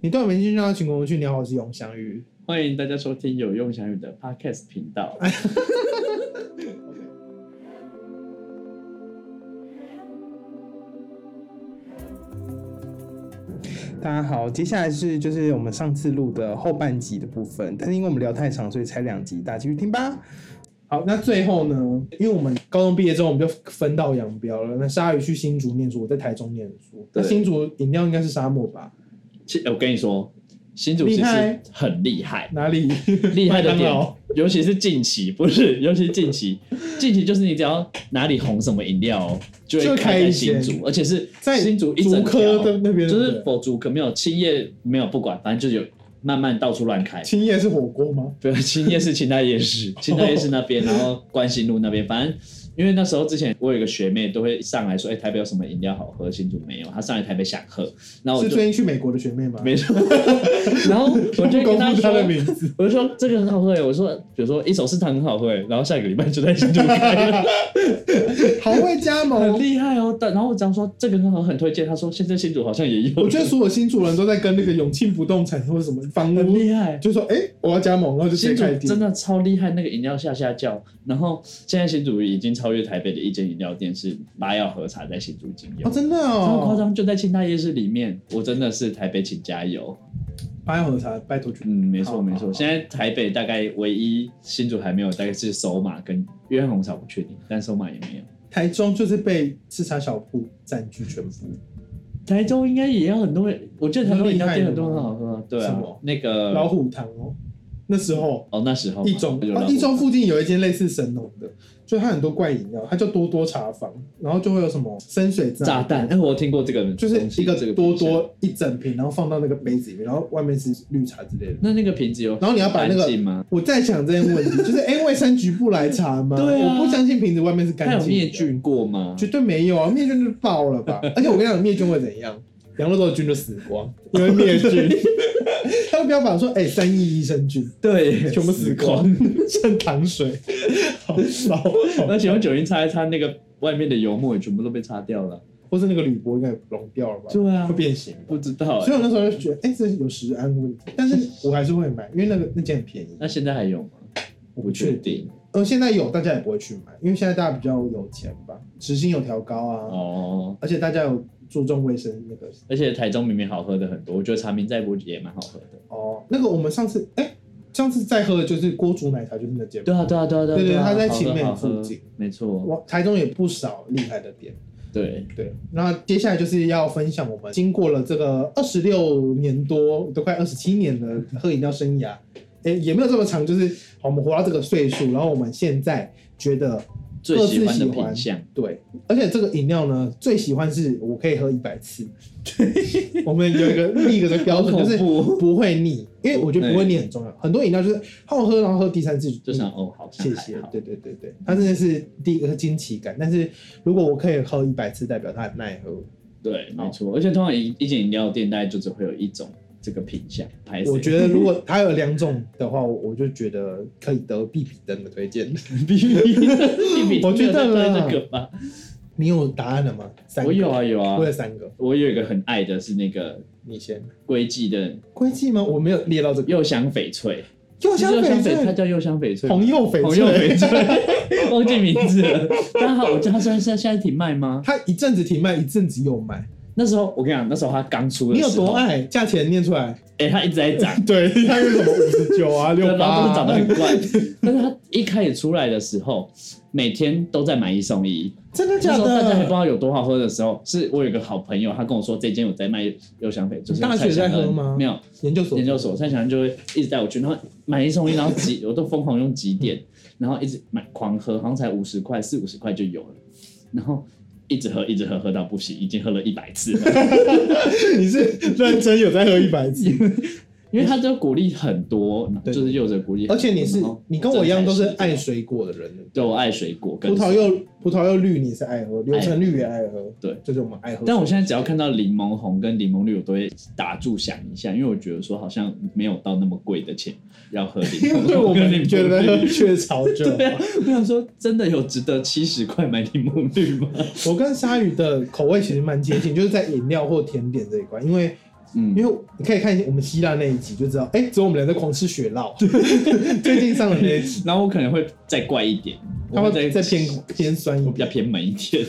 你对我没兴趣，那请跟我去。你好，我是永祥宇。欢迎大家收听有用小雨的 Podcast 频 道。大家好，接下来是就是我们上次录的后半集的部分，但是因为我们聊太长，所以才两集，大家继续听吧。好，那最后呢，因为我们高中毕业之后，我们就分道扬镳了。那鲨鱼去新竹念书，我在台中念书。那对新竹饮料应该是沙漠吧？其呃我跟你说，新主其厉害实很 厉害，哪里？厉害的麦当哦点劳，尤其是近期，不是，尤其是近期，近期就是你只要哪里红什么饮料，哦就就会会开开一在间新竹，而且是在新竹一整竹科条的那边就对不是对否竹可没有青叶没有不管，反正就是有慢慢到处乱开。青叶是火锅吗？对，青夜市、清代夜市、清代夜市那边，然后关心路那边，反正因为那时候之前我有一个学妹都会上来说，哎、台北有什么饮料好喝，新竹没有，她上来台北想喝，然后我是哦就最近去美国的学妹吗？ 没错，然后我就不跟公她布她说，的名字。我就说这个很好喝欸耶，我说比如说一手市场很好喝耶，欸然后下个礼拜就在新竹 开了，好会加很盟。厉害哦。但然后我讲说这个很好，很推荐，她说现在新竹好像也有，我觉得所有新主人都在跟那个永庆不动产或者什么房很屋，厉害。就说哎、诶我要加盟，然后就直新接竹开店。真的超厉害，那个饮料下下叫。然后现在新竹已经超越台北的一间饮料店，是八药和茶在新竹已经有，哦，真的超夸哦，张，就在清大夜市里面。我真的是台北请加油。八幺和茶，拜托去。嗯，没好错没好错。现在台北大概唯一新竹还没有，大概是首马跟约翰红茶，不确定，但首马也没有。台中就是被吃茶小铺占据全部，嗯台中应该也要很多人，我记得台中饮料店很多很厉害的很好喝啊，对什啊么，那个老虎堂哦，那时候。哦那时候嘛一中有老啊，虎一中附近有一间类似神农的，就它很多怪饮料，它叫多多茶坊，然后就会有什么深水炸炸，弹，哎，我有听过这个东西，就是一这个多品相多一整瓶，然后放到那个杯子里面，然后外面是绿茶之类的。那那个瓶子有，然后你要把那个吗？我在想这件问题，就是哎，卫生局不来查吗？对啊我不相信瓶子外面是干它净有的。灭菌过吗？绝对没有啊，灭菌就爆了 吧？而且我跟你讲，灭菌会怎样？羊肉豆菌就死光，因为灭 菌。他们标榜说，哎、三亿益生菌 对全部死光，， 剩糖水，好骚哦。而且用酒精擦一擦，那个外面的油墨也全部都被擦掉了。或是那个铝箔应该溶掉了吧？对啊会，变形吧。不知道所以欸。我那时候就觉得，哎、这有食安问题，但是我还是会买，因为那个那件很便宜。那现在还有吗？我不确定呃，现在有，大家也不会去买，因为现在大家比较有钱吧，时薪有调高啊，哦。而且大家有注重卫生那个而且台中明明好喝的很多，我觉得茶明在波也蛮好喝的。哦，那个我们上次哎、上次在喝的就是锅煮奶茶，就是那间。对啊，对啊，对啊，对啊。对对啊它在好喝勤美好喝附近没错。我台中也不少厉害的店。对，对，那接下来就是要分享我们经过了这个二十六年多，都快二十七年的喝饮料生涯，哎、也没有这么长，就是好我们活到这个岁数，然后我们现在觉得最各自喜欢的喜品欢相，对，而且这个饮料呢，最喜欢是我可以喝一百次。 我们有一个另一个的标准就是好恐怖不会腻，因为我觉得不会腻很重要。很多饮料就是好喝，然后喝第三次就想哦，好像嗯谢还谢好，对对对对，它真的是第一个惊奇感。但是如果我可以喝一百次，代表它很耐喝，对，没好错。而且通常一一间饮料店大概就只会有一种这个品相，拍谁我觉得如果它有两种的话，我我就觉得可以得必比登的推荐。 比比，我觉得啦这个吧，你有答案了吗？三个我有，啊有啊我，有三个，我有一个很爱的是那个你先。龟记的龟记吗？我没有列到这个。柚香翡翠，柚其香实翡它翠，叫柚香翡翠吗，红柚翡红翠，柚翡翠， 忘记名字了。但好，我知道它虽然现在现在停卖吗？它一阵子停卖，一阵子又卖。那时候我跟你讲，那时候它刚出的你时候，有多？爱？价钱念出来。，哎，它一直在涨对，它有什么五十九 啊、对六八、然后都是涨得啊，很快。但是它一开始出来的时候，每天都在买一送一，真的那假时候大家还不知的？道有多好喝的时候，是我有一个好朋友，他跟我说这间有在卖柚香翡翠，就是你大学蔡祥在喝恩吗没有，研究所，研究所，蔡祥恩就会一直带我去，然后买一送一，然后几我都疯狂用几点，然后一直买狂喝，好像才五十块，四五十块就有了，然后一直喝一直喝喝到不行，已经喝了一百次 了，你是认真有在喝一百次，因为他就鼓励很多，对就是柚子鼓励很多，而且你是然后你跟我一样都是这才爱水果的人，对我爱水果跟葡萄柚葡萄柚绿你是爱喝，柳橙绿也爱喝，对就是我们爱喝。但我现在只要看到柠檬红跟柠檬绿，我都会打住想一下，因为我觉得说好像没有到那么贵的钱要喝柠 檬因红为我跟柠们檬觉 得绿喝雀巢就 对啊，我想说真的有值得七十块买柠檬绿吗？我跟鲨鱼的口味其实蛮接近，就是在饮料或甜点这一块，因为嗯因为你可以看我们希腊那一集就知道，哎、只有我们俩在狂吃雪酪， 最近上的那一集，然后我可能会再怪一点，他 我会会再偏偏酸一 我比较点。偏门一 点。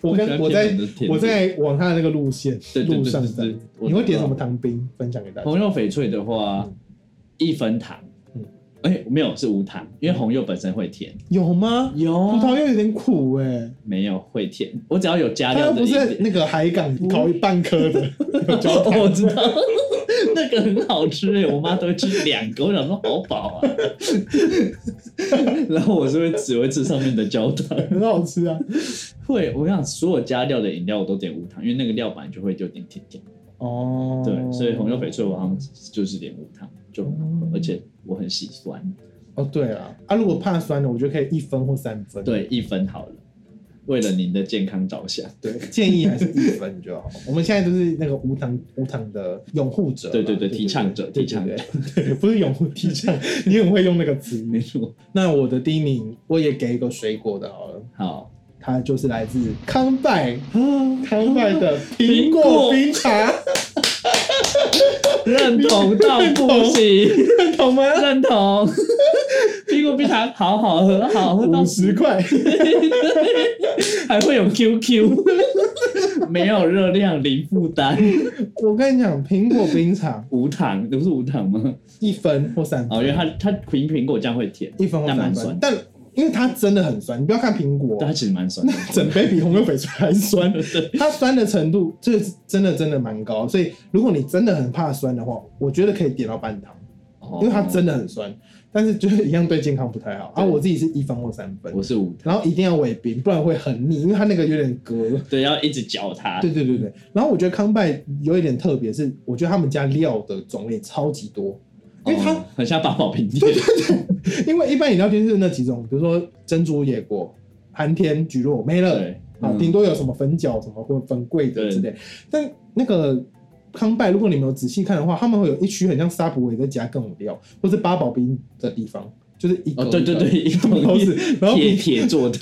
我跟我我喜欢在偏冷的甜点我在往他的那个路线对对路对上对对走，我你会点知什道么糖冰？分享给大家。红柚翡翠的话嗯，一分糖嗯，哎，没有是无糖，因为红柚本身会甜，有吗？有啊葡萄柚有点苦哎、没有会甜，我只要有加它料又的不啊一是点。嗯哦那个海港烤一半颗的，有 焦糖我知道，那个很好吃哎，我妈都会吃两个，我想说好饱 啊。然后我是会只会吃上面的焦糖，很好吃啊。会我想所有加料的饮料我都点无糖，因为那个料本来就会有点甜甜。哦对，所以红柚翡翠我好像就是点无糖就很好喝哦，而且我很喜欢。哦，对啊，啊，如果怕酸的，我觉得可以一分或三分。对，一分好了，为了您的健康着想。对，建议还是一分就 好。我们现在都是那个无糖无糖的拥护者嘛，对对对提倡者对提倡者，对对不是拥护 提倡，你很会用那个词。 没错，那我的第一名，我也给一个水果的好了，好，它就是来自康拜啊，康拜的苹 苹果果冰茶， 认同到不行，认同吗？认同。苹果冰茶好好喝，好喝到五十块， 还会有 QQ，没有热量，零负担，我跟你讲，苹果冰茶无糖，那不是无糖吗？一分或三分，哦，因为它它苹苹果酱会甜，一分或但三蛮分酸，但因为它真的很酸，你不要看苹果，但它其实蛮酸的。整杯比红柚翡翠还 酸对，它酸的程度这是真的真的蛮高，所以如果你真的很怕酸的话，我觉得可以点到半糖，哦因为它真的很酸，但是就是一样对健康不太好。啊，对我自己是一分或三分，我是无糖，然后一定要尾冰，不然会很腻，因为它那个有点隔。对，要一直嚼它。对对对对，然后我觉得康拜有一点特别，是我觉得他们家料的种类超级多，因为它哦很像八宝冰店，因为一般饮料店就是那几种，比如说珍珠野果、寒天菊络没了，对啊，嗯顶多有什么粉饺、什么或粉桂的之类。但那个康拜，如果你没有仔细看的话，他们会有一区很像沙普维在加各种料，或是八宝冰的地方，就是一格哦，对对对，一一格桶都是，然后 铁苹 铁做的，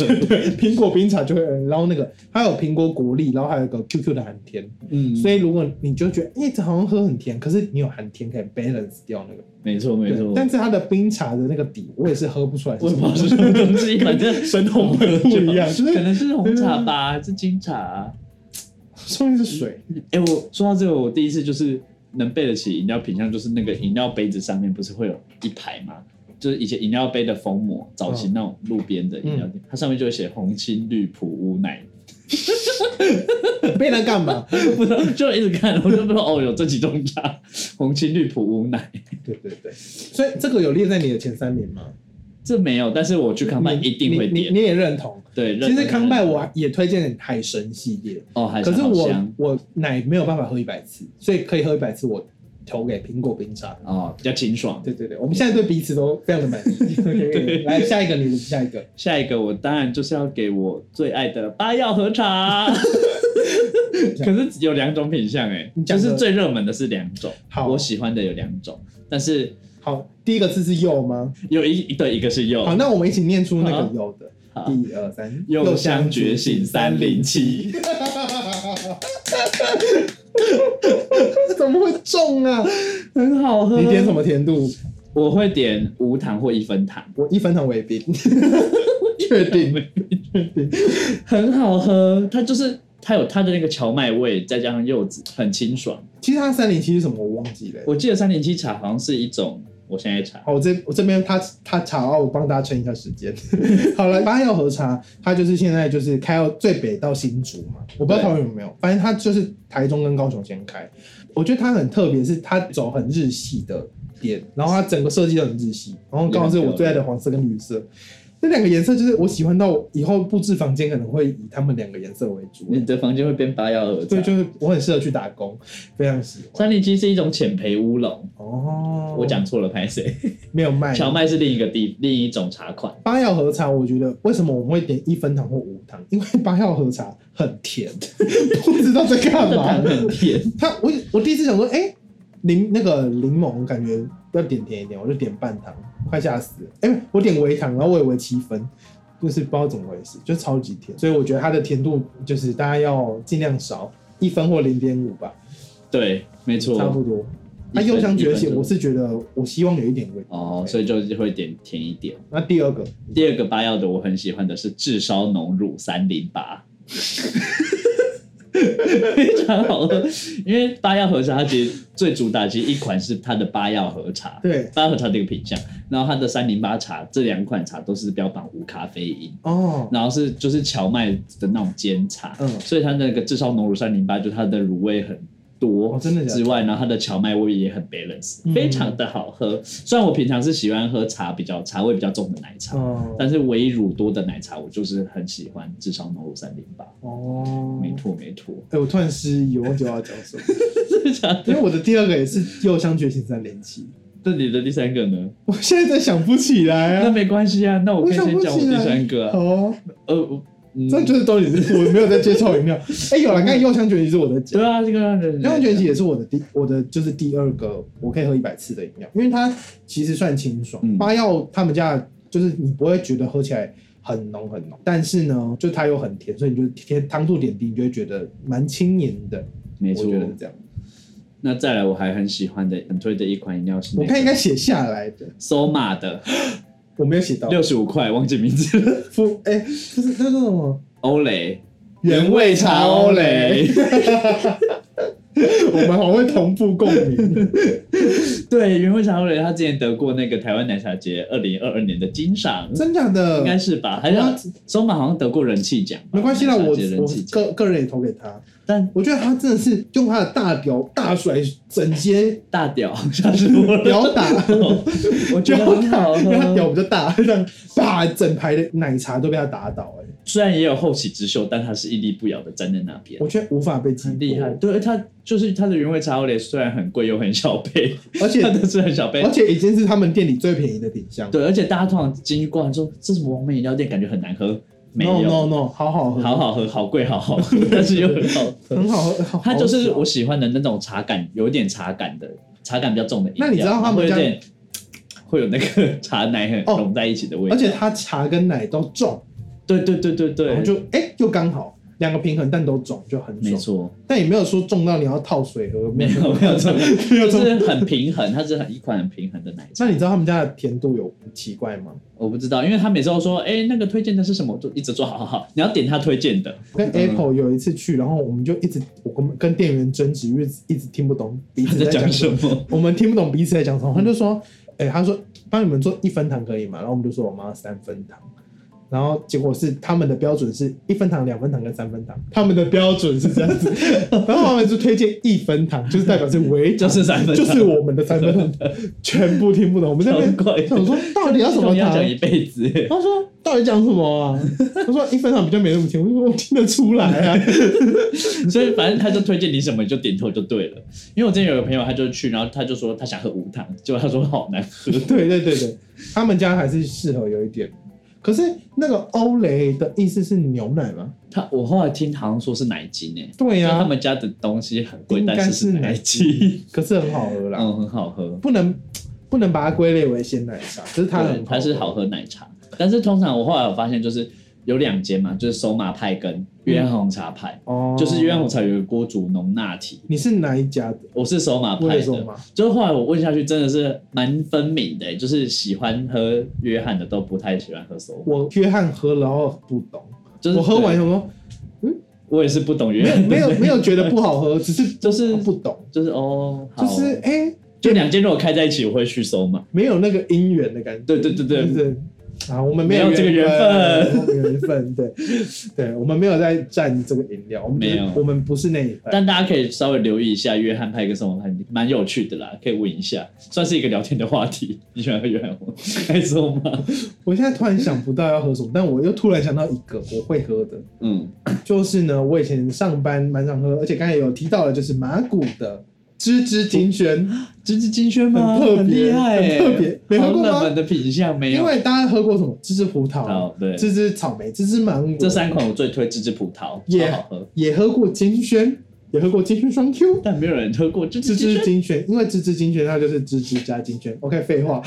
苹果冰茶就会有人捞那个，还有苹果果粒，然后还有一个 QQ 的寒天。嗯，所以以如果你就觉得，哎、这好像喝很甜，可是你有寒天可以 balance 掉那个。没错没对错，但是它的冰茶的那个底，我也是喝不出来是我也什不么知道。是什么 东西，反正神童本不一样，就可是能是红茶吧，是金茶啊。说明是水。哎、我说到这个，我第一次就是能背得起饮料品相，就是那个饮料杯子上面不是会有一排吗？就是以前饮料杯的封膜，早嗯期那种路边的饮料店，它上面就会写红青绿普乌奶，被人干 嘛？不知道就一直看，我就不知道哦，有这几种茶，红青绿普乌奶，对对对，所以这个有列在你的前三名吗？这没有，但是我去康拜你一定会你你点。你也认同。对，其实康拜拜我也推荐海神系列，哦，还可是好我香我奶没有办法喝一百次，所以可以喝一百次，我投给苹果冰茶。哦比较清爽。对对对，我们现在对彼此都非常的满意。 对来下一个，你的下一个。下一个我当然就是要给我最爱的八药和茶， 可是有两种品相哎、你就讲的是最热门的是两种，好我喜欢的有两种，但是好，第一个字是柚吗？有一一对一个是柚好，，那我们一起念出那个好柚的。好一二三，柚香觉醒三零七， 怎么会中啊？很好喝你点什？么甜度？我会点无糖或一分糖，我一分糖为冰， 确定。很好喝，它就是它有它的那个荞麦味，再加上柚子，很清爽。其实它三零七是什么我忘记了。我记得三零七茶好像是一种，我现在查好，我这我这边他他查哦，我帮大家撑一下时间。 好了，八药和茶，它就是现在就是开到最北到新竹嘛，我不知道对桃园有没有，反正它就是台中跟高雄先开。我觉得它很特别，是它走很日系的点，然后它整个设计都很日系，然后刚好是我最爱的黄色跟绿色。这两个颜色就是我喜欢到以后布置房间可能会以它们两个颜色为主，你的房间会变八药和茶对，。就是我很适合去打工，非常喜欢。三零七是一种浅焙乌龙，哦，我讲错了，拍谁？没有卖荞麦是另一个地另一种茶款，八药和茶，我觉得为什么我们会点一分糖或无糖？因为八药和茶很甜， 不知道在它干的糖嘛。 很甜。他我我第一次想说，哎、柠那个柠檬感觉要点甜一点，我就点半糖，快吓死了。哎、我点微糖，然后我以为七分，就是不知道怎么回事，就超级甜。所以我觉得它的甜度就是大家要尽量少，一分或零点五吧。对，没差错。不多。那幽香觉醒，我是觉得我希望有一点味。哦，所以就会点甜一点。那第二个，第二个八药的我很喜欢的是炙烧浓乳三零八， 非常好喝。因为八药和茶它其实最主打其实一款是它的八药和茶，对，八药和茶这个品相，然后它的三零八茶这两款茶都是标榜无咖啡因。哦，然后是就是荞麦的那种煎茶，嗯所以它那个炙烧浓乳三零八，就它的乳味很多，哦真的假的之外，然后它的荞麦味也很 balance，、嗯非常的好喝。虽然我平常是喜欢喝茶比较茶味比较重的奶茶，哦，但是唯乳多的奶茶，我就是很喜欢炙烧浓乳三零八。哦，没。错，没 错，哎，我突然失忆，我忘记我要讲什么。 真的假因的？为我的第二个也是幽香觉醒三连击，那你的第三个呢？我现在想不起来那啊。没关系啊，那我可以想先不讲我起第来。三个啊。哦，呃，我嗯这样就是都你是我没有在介绍饮料。哎，有了，刚才幽香觉醒是我的对啊，这个让人幽香觉醒也是我的第我的就是第二个我可以喝一百次的饮料，因为它其实算清爽嗯。八药他们家的就是你不会觉得喝起来很浓很浓，但是呢，就它又很甜，所以你就甜糖度点低，你就会觉得蛮清黏的。没错我。觉得是这样。那再来，我还很喜欢的、很推的一款饮料是我那看应个该写下来的， Soma 的我没有写到。六十五块，忘记名字了。 不，哎，这是这是什么？欧蕾原味茶欧蕾， 我们好会同步共 鸣。 对，原味茶欧蕾，他之前得过那个台湾奶茶节二零二二年的金赏，真假应该的？是吧？还有 Soma 好像得过人气奖吧，没关系啦，奶茶我节人我气奖个个人也投给他。但我觉得他真的是用他的大屌大甩整街大屌好像是我了，屌打， 我觉屌得很好嗯打，因为他屌喝。比较大，这样把整排的奶茶都被他打倒。哎，虽然也有后起之秀，但他是屹立不摇的站在那边我。觉得无法被击很厉破害，，对，它就是它的原味茶欧蕾，虽然很贵又很小杯， 而且它的是很小杯，而且已经是他们店里最便宜的品相。对，而且大家通常经过完说这什么王美饮料店，感觉很难喝，没有 No No No，好好喝，好好喝，好贵，好好 喝，但是又很好喝。很好喝，好它就是好我喜欢的那种茶感，有一点茶感的，茶感比较重的饮料。那你知道他们会有家点会有那个 茶奶很哦融在一起的味道，而且它茶跟奶都重，对对对对然对，后就哎、就刚好两个平衡，但都重就很没爽，错，但也没有说重到你要套水喝，没有没有错，没有就重。是很平衡，它是很一款很平衡的奶茶。那你知道他们家的甜度有奇怪吗？我不知道，因为他每次都说，哎、那个推荐的是什么，我就一直说好好好，你要点他推荐 的，我跟 Apple 有一次去，然后我们就一直我跟跟店员争执，因为一直听不懂彼他此在在讲讲什什 么，么？我们听不懂彼此在讲什么。他就说，哎、他说帮你们做一分糖可以吗？然后我们就说我们要三分糖。然后结果是他们的标准是一分糖、两分糖跟三分糖，他们的标准是这样 子，然后他们就推荐一分糖，就是代表是微就糖是三分就糖，是我们的三分糖，全部听不懂。我们在那边超 怪的想说，到底要什么要糖？讲一 辈子欸。 他说到底讲什么啊？他说一分糖比较没那么甜，我说我听得出来 啊。所以反正他就推荐你什么你就点头就对了。因为我之前有个朋友，他就去，然后他就说他想喝无糖，结果他说好难喝。对对对对，他们家还是适合有一点。可是那个欧蕾的意思是牛奶吗？他我后来听好像说是奶精诶、对因为呀、他们家的东西很贵，应该但是啊是是奶奶精，可是很好喝啦， 嗯，很好喝。不能不能把它归类为鲜奶茶，只是它对很它是好喝奶茶，但是通常我后来有发现就是有两间嘛，就是手马派跟约翰红茶派，哦，就是约翰红茶有一个锅煮浓纳提，你是哪一家的？我是手马我派也说的，嘛，就是后来我问下去，真的是蛮分明的、欸就是喜欢喝约翰的都不太喜欢喝手马，我约翰喝了然后不懂，就是我喝完对想说我也是不懂约没有翰，没有没有觉得不好喝，只是 就是不懂，就是哦，好就是哎、就两间如果开在一起，我会去收嘛。没有那个姻缘的感觉。对对对对对啊，我们没有有这个缘分，没有缘分，对对，我们没有在占这个饮料，我们没有我们不是那一份。但大家可以稍微留意一下约翰派跟生活派，蛮有趣的啦，可以问一下，算是一个聊天的话题。你喜欢喝约翰红还是收吗？我现在突然想不到要喝什么，但我又突然想到一个我会喝的，嗯，就是呢，我以前上班蛮常喝，而且刚才有提到了，就是马古的芝芝金萱，芝芝金萱吗？很特别厉害、很欸，特别没好喝过吗冷门的品相没因有。为大家喝过什么芝芝葡萄好、，对，芝芝草莓、芝芝芒果，这三款我最推芝芝葡萄， Yeah 超好喝，也喝过金萱，也喝过金萱双 Q。但没有人喝过芝芝芝金芝萱。金萱，因为芝芝金萱它就是芝芝加金萱，OK，废话，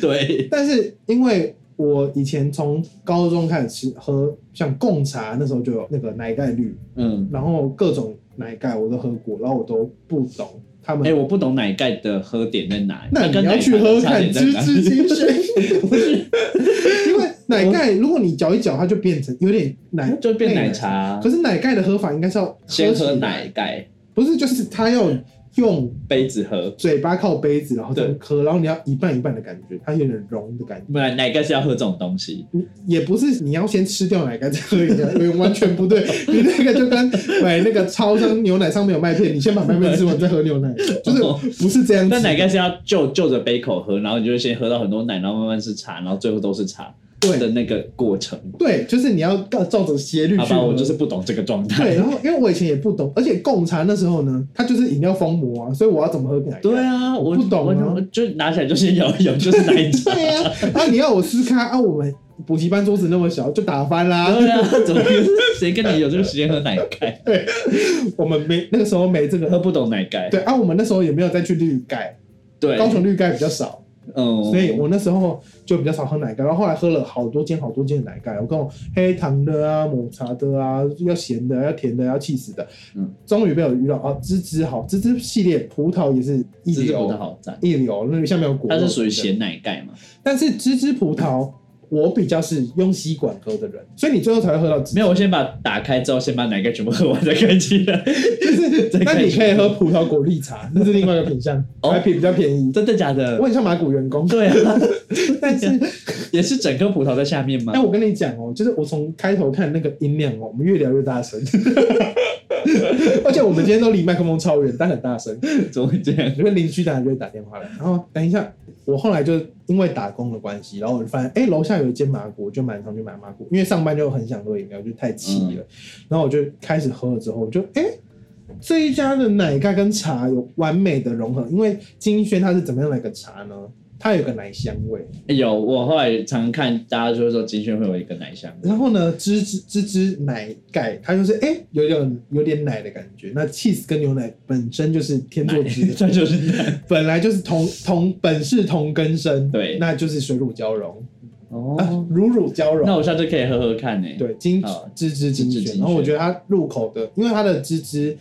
对，但是因为我以前从高中开始吃喝，像贡茶那时候就有那个奶盖绿，嗯，然后各种奶盖我都喝过，然后我都不懂他们。哎、我不懂奶盖的喝点在哪，那跟你要奶茶去喝的差看点《在知哪之精不是，因为奶盖如果你搅一搅，它就变成有点奶， 就变内奶。茶哎可，是奶盖的喝法应该是要先起来喝奶，盖，不是就是它要用杯子喝。嘴巴靠杯子，然后再对喝，然后你要一半一半的感觉，它有点融的感觉。本来奶盖是要喝这种东西，你也不是你要先吃掉奶盖再喝饮料，有 点啊完全不对。你那个就跟买那个超商牛奶上面有麦片，你先把麦片吃完再喝牛奶，就是不是这样子。但哦奶盖是要就就着杯口喝，然后你就会先喝到很多奶，然后慢慢是茶，然后最后都是茶的对那个过程。对，就是你要照着斜率好去吧，喝。我就是不懂这个状对，态。然后因为我以前也不懂，而且贡茶那时候呢，它就是饮料封膜啊，所以我要怎么喝奶盖？对啊，我不懂啊我我就拿起来就先摇一摇，就是 奶茶。对呀、啊，你要我撕开啊，我们补习班桌子那么小，就打翻啦。对啊，怎么谁跟你有这个时间喝奶盖？我们没那个时候没这喝个，不懂奶盖。对啊，我们那时候也没有再去绿盖，对，高雄绿盖比较少，嗯，所以我那时候就比较少喝奶盖，然后后来喝了好多间好多间的奶盖，我跟我黑糖的啊、抹茶的啊，要咸的、要甜的、要气死的，嗯，终于被我遇到啊，芝芝好，芝芝系列葡萄也是一这是葡萄流。好赞，一流，那个下面有果肉它什么的，是属于咸奶盖嘛？但是芝芝葡萄，我比较是用吸管喝的人，所以你最后才会喝到芝没有，我先把打开之后，先把奶盖全部喝完再开机来。 就是那你可以喝葡萄果绿茶，那是另外一个品相，哦还比比较便宜。真的假我的？很像马古员 工，对啊，但是也是整颗葡萄在下面吗哎，？ 我跟你讲哦，就是我从开头看那个音量哦，我们越聊越大声， 而且我们今天都离麦克风超远，但很大声，怎么会这样？因为邻居当然就会打电话来。然后等一下，我后来就因为打工的关系，然后我就发现，哎，楼下有一间麻古，我就蛮常去买麻古，因为上班就很想喝饮料，就太气了。然后我就开始喝了之后，我就哎。这一家的奶盖跟茶有完美的融合，因为金萱它是怎么样的一个茶呢？它有个奶香味，哎有，我后来常看大家就会说金萱会有一个奶香， 然后呢，芝芝芝芝奶盖，它就是哎、有点有点奶的感觉。那 cheese 跟牛奶本身就是天作之合，它就是 奶。 本来就是同同本是同根生，对那就是水乳交融、啊哦，，乳乳交融。那我下次可以喝喝看呢。对，金好芝芝精芝芝选，精选然后我觉得它入口的，因为它的芝芝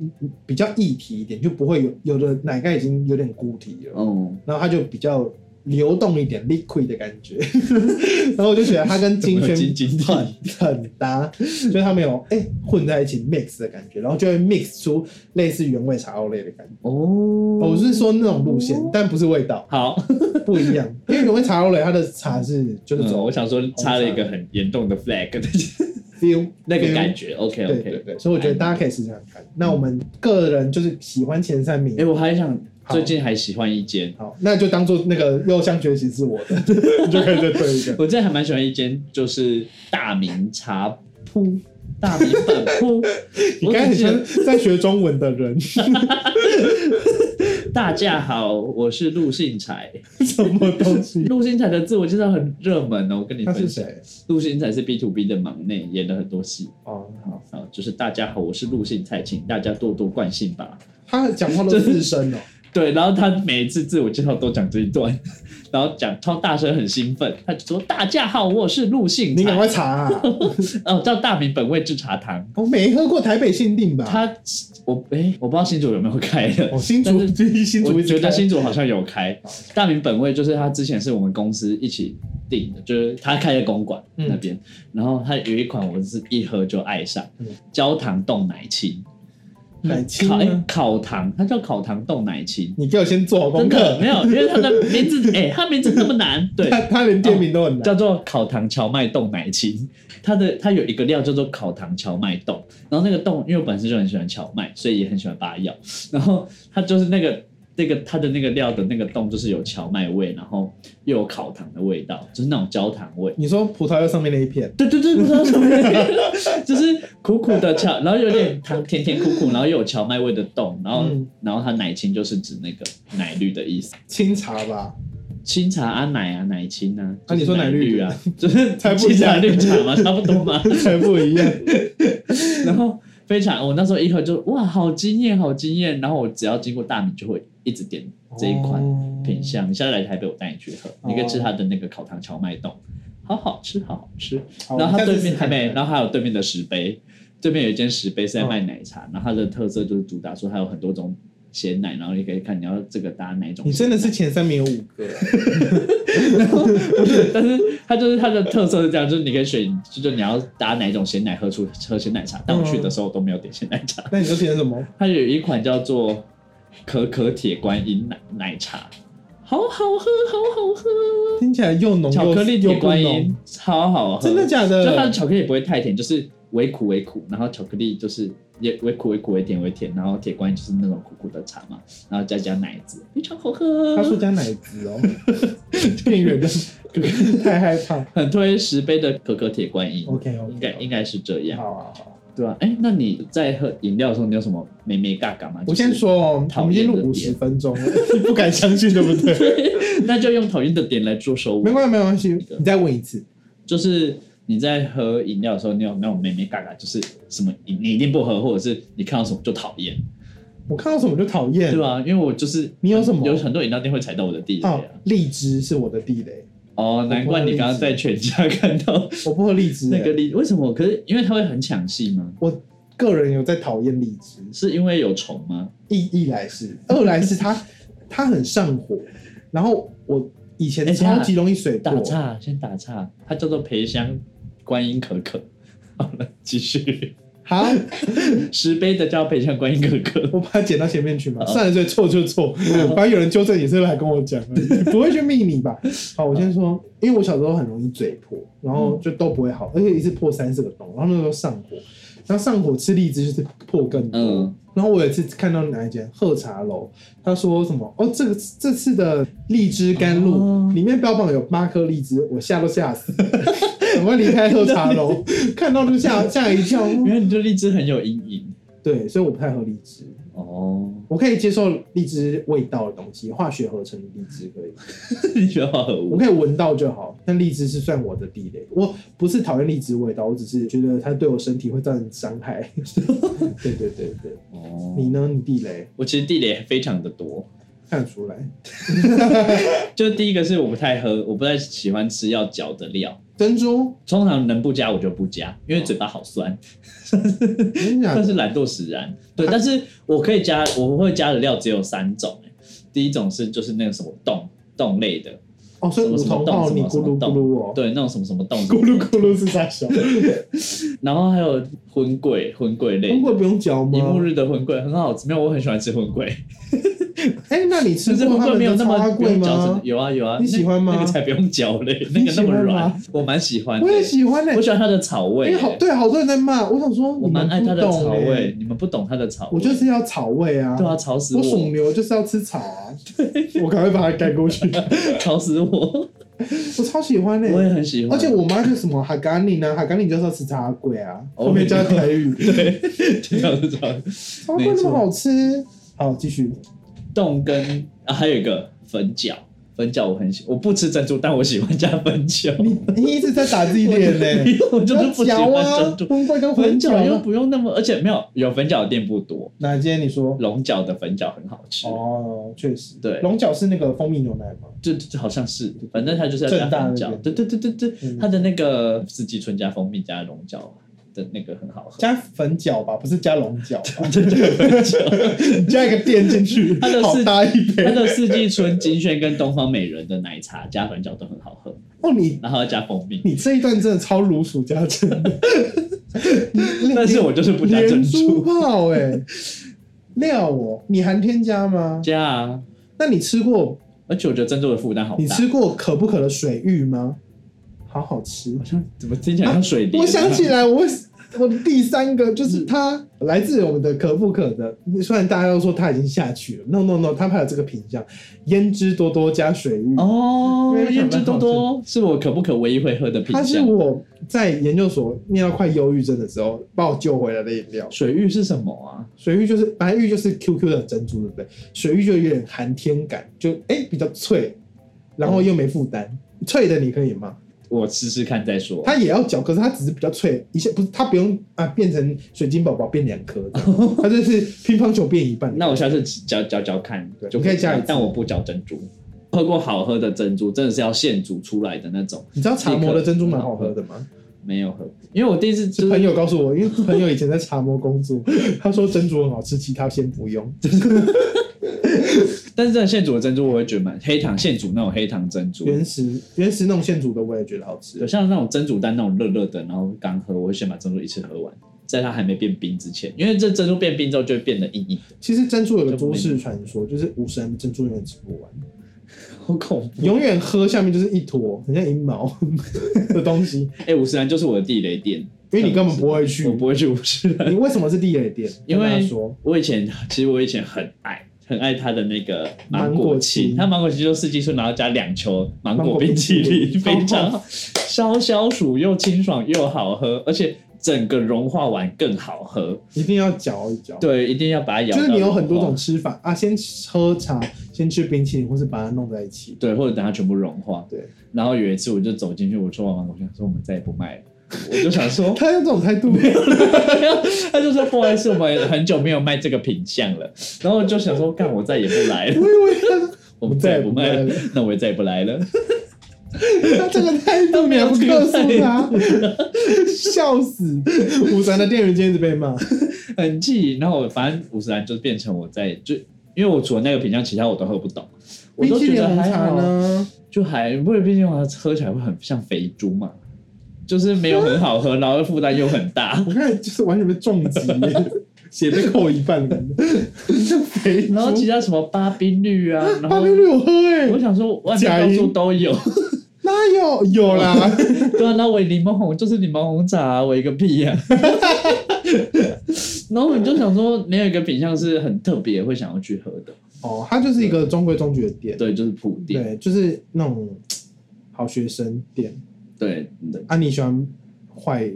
嗯嗯比较液体一点，就不会有有的奶盖已经有点固体了，嗯，然后它就比较流动一点 liquid 的感觉， 然后我就觉得它跟金萱 金金很很搭，就是他们有哎、混在一起 mix 的感觉，然后就会 mix 出类似原味茶奥类的感觉。哦，我是说那种路线，但不是味 道 好，不一样，因为原味茶奥类它的茶是就是嗯走我想说插了一个很严重的 flag，但 是 feel 那个感觉。觉 OK 嗯对对 OK。对，所以我觉得大家可以试试看。那我们个人就是喜欢前三名哎，，我还想好最近还喜欢一间，好，那就当做那个右向学习是我的， 你就可以再对一个。我真的还蛮喜欢一间就是大明茶铺。大明本铺， 你我刚才只很记得像在学中文的人，大家好，我是陆信才。什么东 西？陆信才的自我介绍很热门哦，我跟你他分是享。谁？陆信才是 B to B 的忙内，演了很多戏。哦，好，好，好，就是大家好，我是陆信才，请大家多多惯性吧。他讲话都自身哦。对，然后他每一次自我介绍都讲这一段，然后讲超大声，很兴奋。他就说：“大家好，我是陆信你赶才，快啊查、啊，哦，叫大明本味制茶堂。我没喝过台北限定吧？他我哎、我不知道新竹有没有开的，哦，新但竹，是新竹我一直觉开得新竹好像有开好。大明本味就是他之前是我们公司一起订的，就是他开的公馆嗯那边，然后他有一款我是一喝就爱上嗯，焦糖冻奶青，奶青烤、吗哎烤糖，它叫烤糖冻奶青。你给我先做好功真的课没。有，因为它的名字，哎、它名字那么难，对，他他连店名都很难。叫做烤糖荞麦冻奶青，它的它有一个料叫做烤糖荞麦冻，然后那个冻，因为我本身就很喜欢荞麦，所以也很喜欢把它咬，然后它就是那个那个它的那个料的那个冻就是有荞麦味，然后又有烤糖的味道，就是那种焦糖味。你说葡萄柚上面那一片，对对对，不知道什么原 因，就是苦苦的荞，然后有点糖，甜甜苦苦，然后又有荞麦味的冻，然后、嗯然后它奶青就是指那个奶绿的意思。清茶 吧？清茶啊，奶啊，奶青啊，啊你说奶绿绿啊， 就是才不一清茶样绿茶嘛，差不 多嘛。才不一样。然后非常，哦我那时候一喝就哇，好惊艳，好惊艳。然后我只要经过大米就会一直点这一款哦品相。你下次来台北，我带你去喝，你可以吃它的那个烤糖荞麦冻，好好吃，好好吃。好，然后它对面还还没，然后还有对面的石碑，这边有一间石碑嗯是在卖奶茶，然后它的特色就是主打说它有很多种鲜奶，然后你可以看你要这个搭哪一种。你真的是前三名有五个， 但是它就是它的特色是这样，就是你可以选，就是你要搭哪一种鲜奶喝出喝鲜奶茶。但我去的时候都没有点鲜奶茶，那你都点什么？它有一款叫做可可铁观音奶奶茶，好好喝，好好喝，听起来又浓又巧克力又铁不观浓音，超好喝，真的假就它的的？巧克力也不会太甜，就是微苦微苦，然后巧克力就是也微苦微苦微甜微甜，然后铁观音就是那种苦苦的茶嘛，然后再加奶子，非常好喝。他说加奶子哦，店员的太害怕。很推十杯的可可铁观音 OK 应该 OK，应该是这样，好啊好啊。对啊，哎、那你在喝饮料的时候，你有什么美美嘎嘎吗？我先说哦，我讨们已厌经录的五点十分钟了， 你不敢相信对不 对？就是那就用讨厌的点来做收没尾。关系没关系，你再问一次。就是你在喝饮料的时候，你有那种美美嘎嘎，就是什么你你一定不喝，或者是你看到什么就讨厌，我看到什么就讨厌对。啊吧、因为我就是你有什么有很多饮料店会踩到我的地雷啊哦。，荔枝是我的地雷，哦，难怪你刚刚在全家看到我不喝荔枝欸。那个荔，为什么？可是因为它会很抢戏吗？我个人有在讨厌荔枝，是因为有虫吗？一一来是，二来是它它很上火，然后我以前哎超级容易水打过，岔，先打岔，它叫做培香观音可可。好了，继续。好，石碑的叫培香观音可可， 我把它剪到前面去哦嘛，算了，所以错就错，反正有人纠正也是来跟我讲而 已，不会去密你吧？好，我哦先说，因为我小时候很容易嘴破，然后嗯就都不会好，而且一次破三四个洞，然后那时候上火，然后上火吃荔枝就是破更多。嗯然后我有一次看到哪一间喝茶楼，他说什么哦，这个这次的荔枝甘露、哦里面标榜有八颗荔枝，我吓都吓死， 赶快离开喝茶 楼，看到就吓吓一跳。因为你对荔枝很有阴影。对，所以我不太喝荔枝，哦，我可以接受荔枝味道的东西，化学合成的荔枝可以， 你觉得好可我恶？可以闻到就好。但荔枝是算我的地雷，我不是讨厌荔枝味道，我只是觉得它对我身体会造成伤 害。对对对对，你哦，呢？你地雷我其实地雷非常的多。看得出来，就第一个是我不太喝，我不太喜欢吃要嚼的料，珍珠，通常能不加我就不加，因为嘴巴好酸。我跟你讲但，是懒惰使然。对，但是我可以加，我会加的料只有三种、欸。第一种是就是那个什么冻冻类的，哦，所以什五么桐什么洞泡什你么咕噜什么咕噜哦，对，那种什么什么冻，咕噜咕噜是啥小？然后还有荤桂，荤桂类通的。过不用嚼一幕吗？日的荤桂很好吃，没有我很喜欢吃荤桂，哎，那你吃但是过荤他桂们没有的那么花不贵用嚼成吗的，？有啊有啊，你那喜欢吗那个才不用嚼嘞，那你个喜那么欢软吗，我蛮喜欢的欸我。也喜欢嘞我，喜欢它的草味因为好欸，对好多人在骂，我想说我你蛮们爱不它的懂草欸味，你们不懂它的草味。我就是要草味啊，对啊，吵死我属我，牛就是要吃草啊， 我赶快把它改过 去，吵死我，我超喜欢嘞欸我。也很喜欢。而且我妈就什么哈甘尼呢，哈甘尼就是要吃茶贵啊，哦后面加台语，对，这样子吵。茶贵那么好吃。好，继续。冻跟啊，还有一个粉饺，粉饺我很喜，我不吃珍珠，但我喜欢加粉饺。你一直在打自己脸呢， 我就是不喜要嚼啊欢珍，珠。荤桂跟粉混饺又饺。不用那么，而且没有有粉饺的店不多，哪间你说？龙角的粉饺很好吃，哦，确实，对龙角是那个蜂蜜牛奶吗？这这好像是，反正它就是要加正大粉那饺。边对对对对对，嗯它的那个四季春加蜂蜜加龙角的那个很好喝，加粉饺吧，不是加龙 角吧？这这个粉饺。 加一个店进去，它的是好大一它杯。的四季春金萱跟东方美人的奶茶加粉饺都很好喝，哦，你然后要加蜂蜜。 你这一段真的超如数家珍的，但是我就是不加珍连珠珠。炮哎、料哦，你含添加吗？加啊！那你吃过而且我觉得珍珠的负担好大。哦你吃过可不可的水芋吗？好好吃好。像怎么听起来像水梨、啊我想起来，我我的第三个就是它来自我们的可不可的，虽然大家都说它已经下去了，no no no，它还有这个品相，胭脂多多加水芋。哦，因为胭脂多多是我可不可唯一会喝的品它是相。我在研究所念到快忧郁症的时候把我救回来的饮料。水玉是什么啊？水玉就是白玉就是 QQ 的珍珠，对不对？水玉就有点寒天感，就哎、比较脆，然后又没负担。脆的你可以吗？我试试看再说。它也要嚼，可是它只是比较脆，一下不是它不用啊变成水晶宝宝变两颗这 样，它就是乒乓球变一半。那我下次嚼嚼嚼看，对就你可以知道加一次但我不嚼珍珠。喝过好喝的珍珠，真的是要现煮出来的那种。你知道茶磨的珍珠蛮好喝的吗？没有喝，因为我第一次就是朋友告诉我，因为朋友以前在茶模工 作，他说珍珠很好吃，其他先不用。但是真的现煮的珍珠，我会觉得蛮黑糖现煮那种黑糖珍珠，原始原始那种现煮的我也觉得好有吃。像那种珍珠蛋那种热热的，然后刚喝，我会先把珍珠一次喝完，在它还没变冰之前，因为这珍珠变冰之后就会变得硬硬的，其实珍珠有个都市传说，就是无神珍珠永远吃不完，好恐怖。永远喝下面就是一坨很像银 毛的东西，哎、五十兰就是我的地雷店，因为你根本不会去我。不会去五十兰。你为什么是地雷店？因为跟大家说我以前其实我以前很爱很爱它的那个芒芒果果青青，它芒果青就是四季春，然后加两球芒芒果果冰淇冰淇淋淋，非超常好消消暑又清爽又好喝，而且整个融化完更好喝。一定要嚼一嚼。对，一定要把它咬。就是你有很多种。吃法啊，先喝茶，先吃冰淇淋，或是把它弄在一起。对，或者等它全部融化。对，然后有一次我就走进去，我抽完芒果，我想说我们再也不卖了，我就想说，他用这种态度， 他就说不好意思，我们很久没有卖这个品相了。然后我就想说，干，我再也不来了，我以为他我们再也不卖 我再也了不卖，那我也再也不来了。他这个态度，你还不告诉他，笑死！五三的店员今天一直被骂，很气。然后我反正五十兰就变成我在就，因为我除了那个品相，其他我都喝不懂。我冰都淇觉淋得红还茶好，呢？就还不是，毕竟我喝起来会很像肥猪嘛，就是没有很好喝，然后负担又很 大。我看就是完全被重 击耶，血被扣一半的感觉，像肥猪。然后其他什么巴宾绿啊，然八后六六喝哎、我想说外面假到音处都有，哪有有 啦？对啊，然后我柠檬红就是柠檬红茶、啊，我一个屁呀、然后你就想说，没有一个品相是很特别会想要去喝的，哦，它就是一个中规中矩的店，对，就是普店，对，就是那种好学生店。对对，啊，你喜欢坏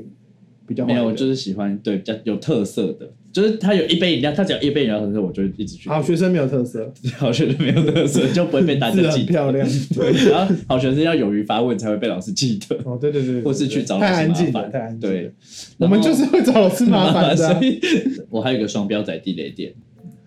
比较坏没的有，我就是喜欢对比较有特色的，就是它有一杯饮料，它只要一杯饮料特色，我就会一直去。好学生没有特色，好学生没有特色，就不会被大字家很记得。漂 亮。对，然后好学生要勇于发问，才会被老师记得，哦，对对对，对或是去找老太师安麻静了，烦。太安静了。对，我们就是会找老师麻烦的 啊所。以我还有一个双标仔地雷点，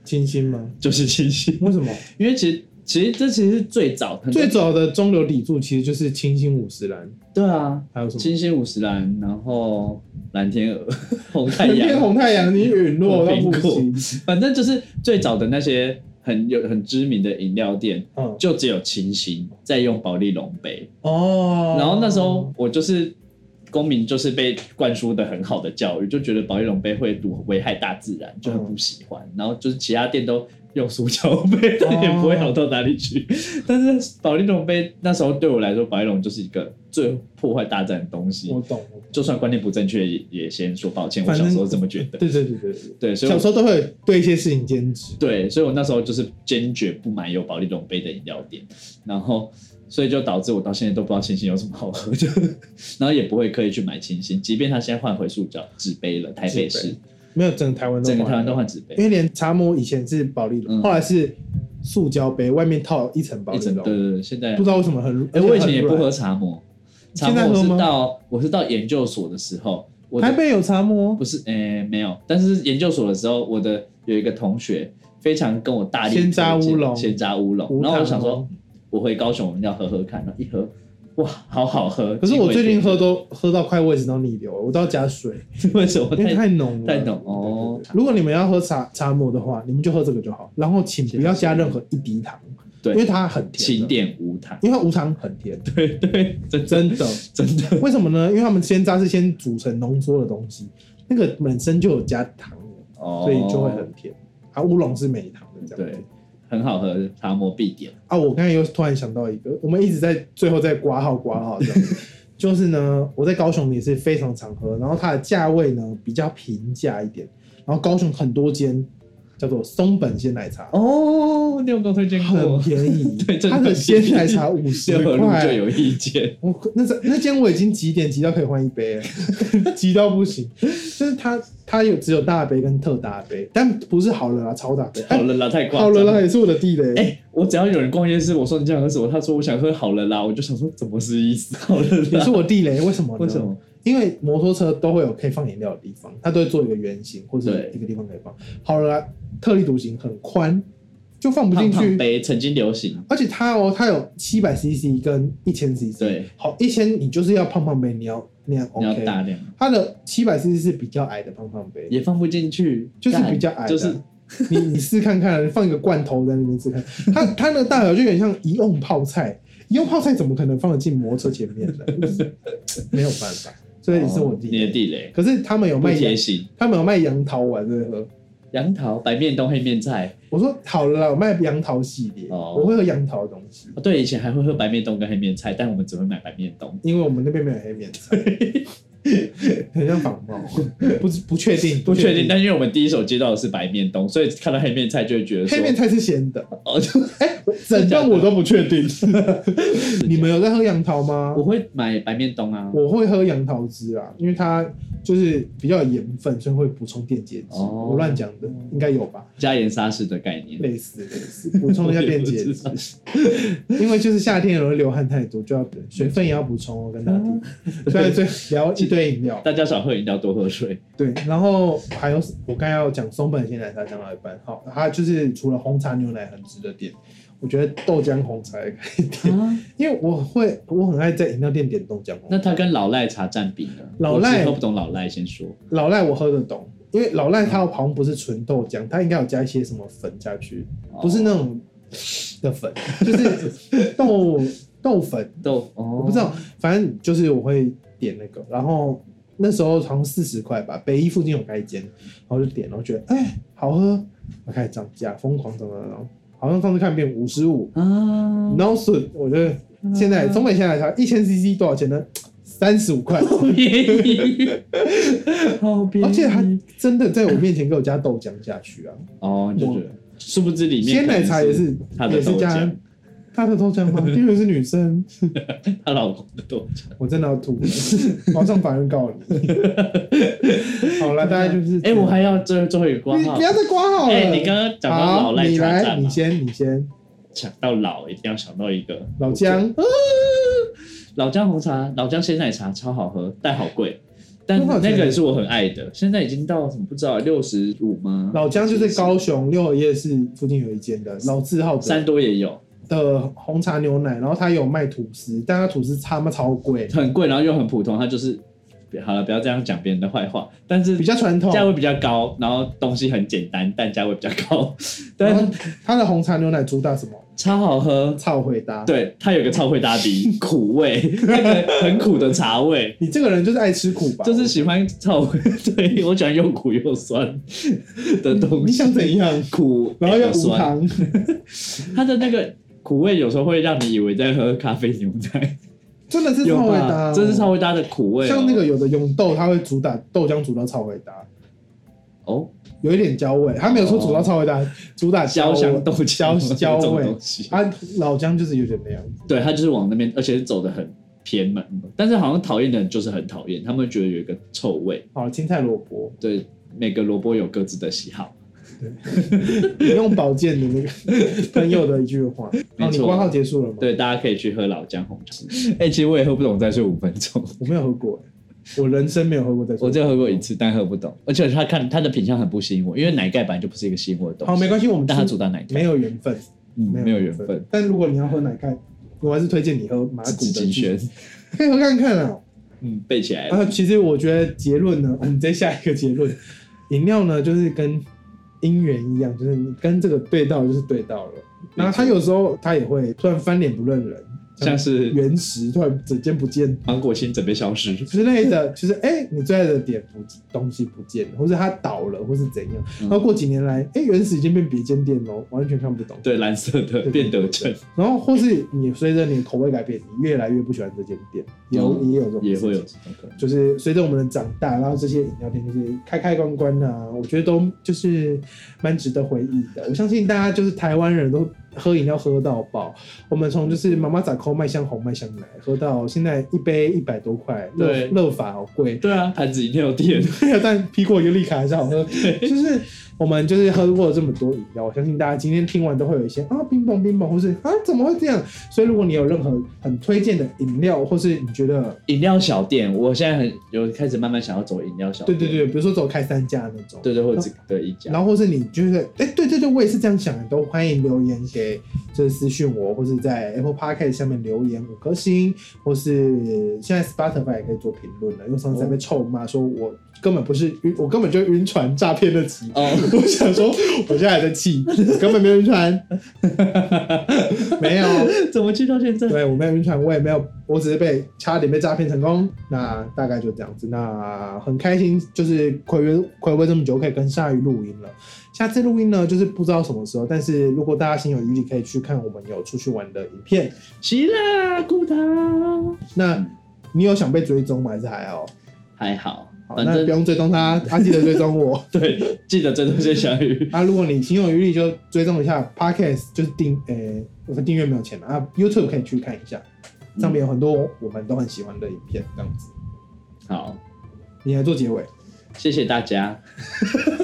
清新吗？就是清新，为什么？因为其实其实这其实是最早很多最早的中流砥柱其实就是清新五十岚，对啊，还有什么？清新五十岚，然后蓝天鹅、 红太偏阳， 红太阳，你陨落到不红苹行。反正就是最早的那些很有很知名的饮料店，嗯，就只有清新在用保利龙杯。哦。然后那时候我就是公民，就是被灌输的很好的教育，就觉得保利龙杯会毒危害大自然，就很不喜欢。然后就是其他店都用塑胶杯，但也不会 好到哪里去。哦但是保利龙杯那时候对我来说，保利龙就是一个最破坏大自然的东西。我懂，我懂就算观念不正确，也也先说抱歉。我反正小时候这么觉得，对对对对对对，对，所以小我时候都会对一些事情坚持。对，所以我那时候就是坚决不买有保利龙杯的饮料店，然后所以就导致我到现在都不知道清新有什么好喝的， 然后也不会刻意去买清新，即便它现在换回塑胶纸杯了，台北纸市没有整个台湾都整个换台湾了都换纸杯因，为连茶模以前是保利龙，嗯后来是塑胶杯，外面套一层保一利整龙对，对对，现在不知道为什么很。哎、我以前也不很喝软。茶魔，茶现在魔喝是吗到我是到研究所的时候，我的台北有茶哦模不，是诶、没有，但是研究所的时候，我的有一个同学非常跟我大力鲜榨推荐乌龙鲜榨乌龙无，然后我糖想说哦，我回高雄我们要喝喝看，然后一喝，哇，好好喝！可是我最近惊为喝都喝到快胃食道逆流了，我都要加水，天人为什么因为哦太太浓了。太浓对。哦对对如果你们要喝茶茶模的话，你们就喝这个就好，然后请不要加任何一滴糖，对因为它很甜清的，点无糖？因为它无糖很甜，对对，真真真的。真的为什么呢？因为他们鲜榨是先煮成浓缩的东西，那个本身就有加糖了，哦， 所以就会很甜。啊，乌龙是没糖的，这样子。对，很好喝，茶魔必点。啊，我刚才又突然想到一个，我们一直在最后在挂号挂号这样 子，就是呢，我在高雄也是非常常喝，然后它的价位呢比较平价一点，然后高雄很多间叫做松本鲜奶茶，哦，你有跟我推荐很过？便宜 ，对真的它的很鲜便宜奶 茶五十六合路就块。有意见，我那时候那间我已经几点急到可以换一杯了， 急到不行。就是它它有只有大杯跟特大杯，但不是好了啦，超大杯。好了啦，太夸好了张了啦，。也是我的地雷。哎、我只要有人逛夜市，我说你想喝什么，他说我想喝好了啦，我就想说怎么是意思好了也啦是？我地雷，为什么呢？为什么？因为摩托车都会有可以放饮料的地方，它都会做一个圆形或者对一个地方可以放。好了啦，特立独行很宽，就放不进胖去。胖杯曾经流行，而且它哦，它有七百 CC 跟一千 CC。对，好，一千你就是要胖胖杯，你要量你要 OK。大量，它的七百 CC 是比较矮的胖胖杯，也放不进去，就是干比较矮的啊就是你你试看看，放一个罐头在那边试看， 它它那个大小就有点像一用泡菜，一用泡菜怎么可能放得进摩托车前面呢？ 没有办法，所以是我弟。哦你的地雷，可是他们有不卖贴杨，心。他们有卖杨桃丸在喝。杨桃白面冬黑面菜，我说好了啦，我卖杨桃系列，哦我会喝杨桃的东西，哦对，以前还会喝白面冬跟黑面菜，但我们只会买白面冬。因为我们那边没有黑面 菜，很像仿冒，不不确定，不确定，但因为我们第一手接到的是白面冬，所以看到黑面菜就会觉得说黑面菜是咸的，哦，就 哎，整真的假段的我都不确 定。你们有在喝杨桃吗？我会买白面冬啊。我会喝杨桃汁啊，因为它就是比较有盐分，所以会补充电解质。哦我乱讲的，应该有吧？加盐沙士的概念，类似类 似，补充一下电解我也不知道质。因为就是夏天容易流汗太多，就要水分也要补充哦，跟大家提。所以最聊一堆饮料，大家少喝饮料，多喝水。对，然后还有我刚要讲松本鲜奶茶讲到一半，好，它就是除了红茶牛奶很值得点，我觉得豆浆红茶也可以点，因为我会我很爱在饮料店点豆浆哦红茶那它跟老赖茶占比呢？老赖我只喝不懂老赖，先说。老赖我喝得懂，因为老赖它好像不是纯豆浆，它应该有加一些什么粉下去，哦不是那种的粉， 就是豆豆粉，豆，哦我不知道，反正就是我会点那个，然后那时候好像四十块吧，北一附近有开一间，然后就点，然后觉得哎、好喝，我开始涨价，疯狂涨涨涨，好像上次看变五十五，啊。 然后损，我觉得现在东北现在茶一千 CC 多少钱呢？三十五块。好便宜，好便宜，而且还真的在我面前给我加豆浆下去啊！哦，你就觉得，殊不知里面鲜奶茶也可能是他的也是豆加浆，他的豆浆吗？因为是女生，她老公的豆浆。我真的要吐 了，马上法院告你。好了，大概就是这哎，样我还要最后最后一个挂你号不。要再挂号了。哎，你刚刚讲到老好，赖啊你茶来，站你嘛，先，你先，想到老一定要想到一个老姜，呃老姜红茶、老姜鲜奶茶超好喝，但好贵。但多少钱那个也是我很爱的，现在已经到什么不知道六十五吗？老姜就是高雄六合夜市附近有一间的老字号三的多也有，的红茶牛奶，然后它有卖吐司，但它吐司他妈超贵，很贵，然后又很普通，它就是好了，不要这样讲别人的坏话，但是比较传统。价位比较高，然后东西很简单，但价位比较高，然但后它的红茶牛奶主打什么？超好喝。超回答。对，它有个超会打底苦味，那个很苦的茶味，你这个人就是爱吃苦吧？就是喜欢超 会。对我喜欢又苦又酸的东西。你想怎 样？苦，然后又又无哎酸，糖，它的那个苦味有时候会让你以为在喝咖啡牛奶， 真的是有超回吧？答，这是超。会搭的苦味哦、像那个有的永豆，它会主打豆浆煮到超回答，哦，有一点焦味。它没有说煮到超回答，主打焦香豆焦浆焦这种味东。西，啊，老姜就是有点那样子。对，它就是往那边，而且是走的很偏门，但是好像讨厌的人就是很讨厌，他们会觉得有一个臭味。好，青菜萝卜，对，每个萝卜有各自的喜好。你用保健的那个 朋友的一句话。没哦，你错挂号结束了吗？，对，大家可以去喝老姜红茶。哎、其实我也喝不懂，再睡五分钟。我没有喝过，我人生没有喝过再说。我就喝过一次，但喝不懂。而且它看它的品相很不吸引我，因为奶盖本来就不是一个吸引我的东西。好，没关系，我们但它是主打奶盖，没有缘分。嗯，没有缘分。分。但如果你要喝奶盖，我还是推荐你喝马古紫的金轩，可以喝看看啊。嗯，背起来了。啊，其实我觉得结论呢，我们直接下一个结论，饮料呢就是跟姻缘一样，就是你跟这个对到就是对到了。然后他有时候他也会突然翻脸不认人，像是原石突然整间不见芒果心准备消失，之类的，就是哎、你最爱的点不东西不见了，或者它倒了，或是怎样。然嗯后过几年来，哎、原石已经变别间店喽，完全看不懂。对，蓝色的变得正，然后或是你随着你的口味改变，你越来越不喜欢这间店，有、嗯也有这种也会事有情这种可能。就是随着我们的长大，然后这些饮料店就是开开关关啊，我觉得都就是蛮值得回忆的。我相信大家就是台湾人都喝饮料喝到爆，我们从就是妈妈咋扣麦香红麦香奶喝到现在一杯一百多块，乐对乐法好贵，对啊，盘子饮料店，但苹果尤利卡还是好喝。就是我们就是喝过这么多饮料，我相信大家今天听完都会有一些啊冰棒冰棒，或是啊怎么会这样？所以如果你有任何很推荐的饮料，或是你觉得饮料小店，我现在很有开始慢慢想要走饮料小对店，对对，比如说走开三家那种，对对，或者这个对一家，然后或是你就是哎、对对对，我也是这样想的，都欢迎留言给以就是私讯我，或是在 Apple Podcast 下面留言五颗星，或是现在 Spotify 也可以做评论了，因为上次还被臭骂说我根本不是晕，我根本就晕船诈骗的集。嗯哦， 我想说，我现在还在气，根本没有晕 船，没有，怎么去到 现在？对我没有晕船，我也没有，我只是被差点被诈骗成功。那大概就这样子。那很开心，就是暌违暌违这么久，可以跟鲨鱼录音了。下次录音呢，就是不知道什么时候，但是如果大家心有余力，可以去看我们有出去玩的影片。希腊孤岛那嗯你有想被追踪吗？还是还好？还好，好，反那不正用追踪 他，他记得追踪我。对，记得追踪谢小雨。啊，如果你心有余力，就追踪一下 Podcast，就是订诶、我的订阅没有钱了啊，YouTube 可以去看一下，上嗯面有很多我们都很喜欢的影片，这样子。好，你来做结尾。 谢谢大家，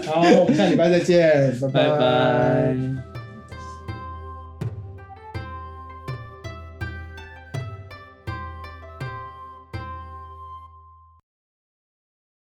好，我们下礼拜再见，拜拜拜。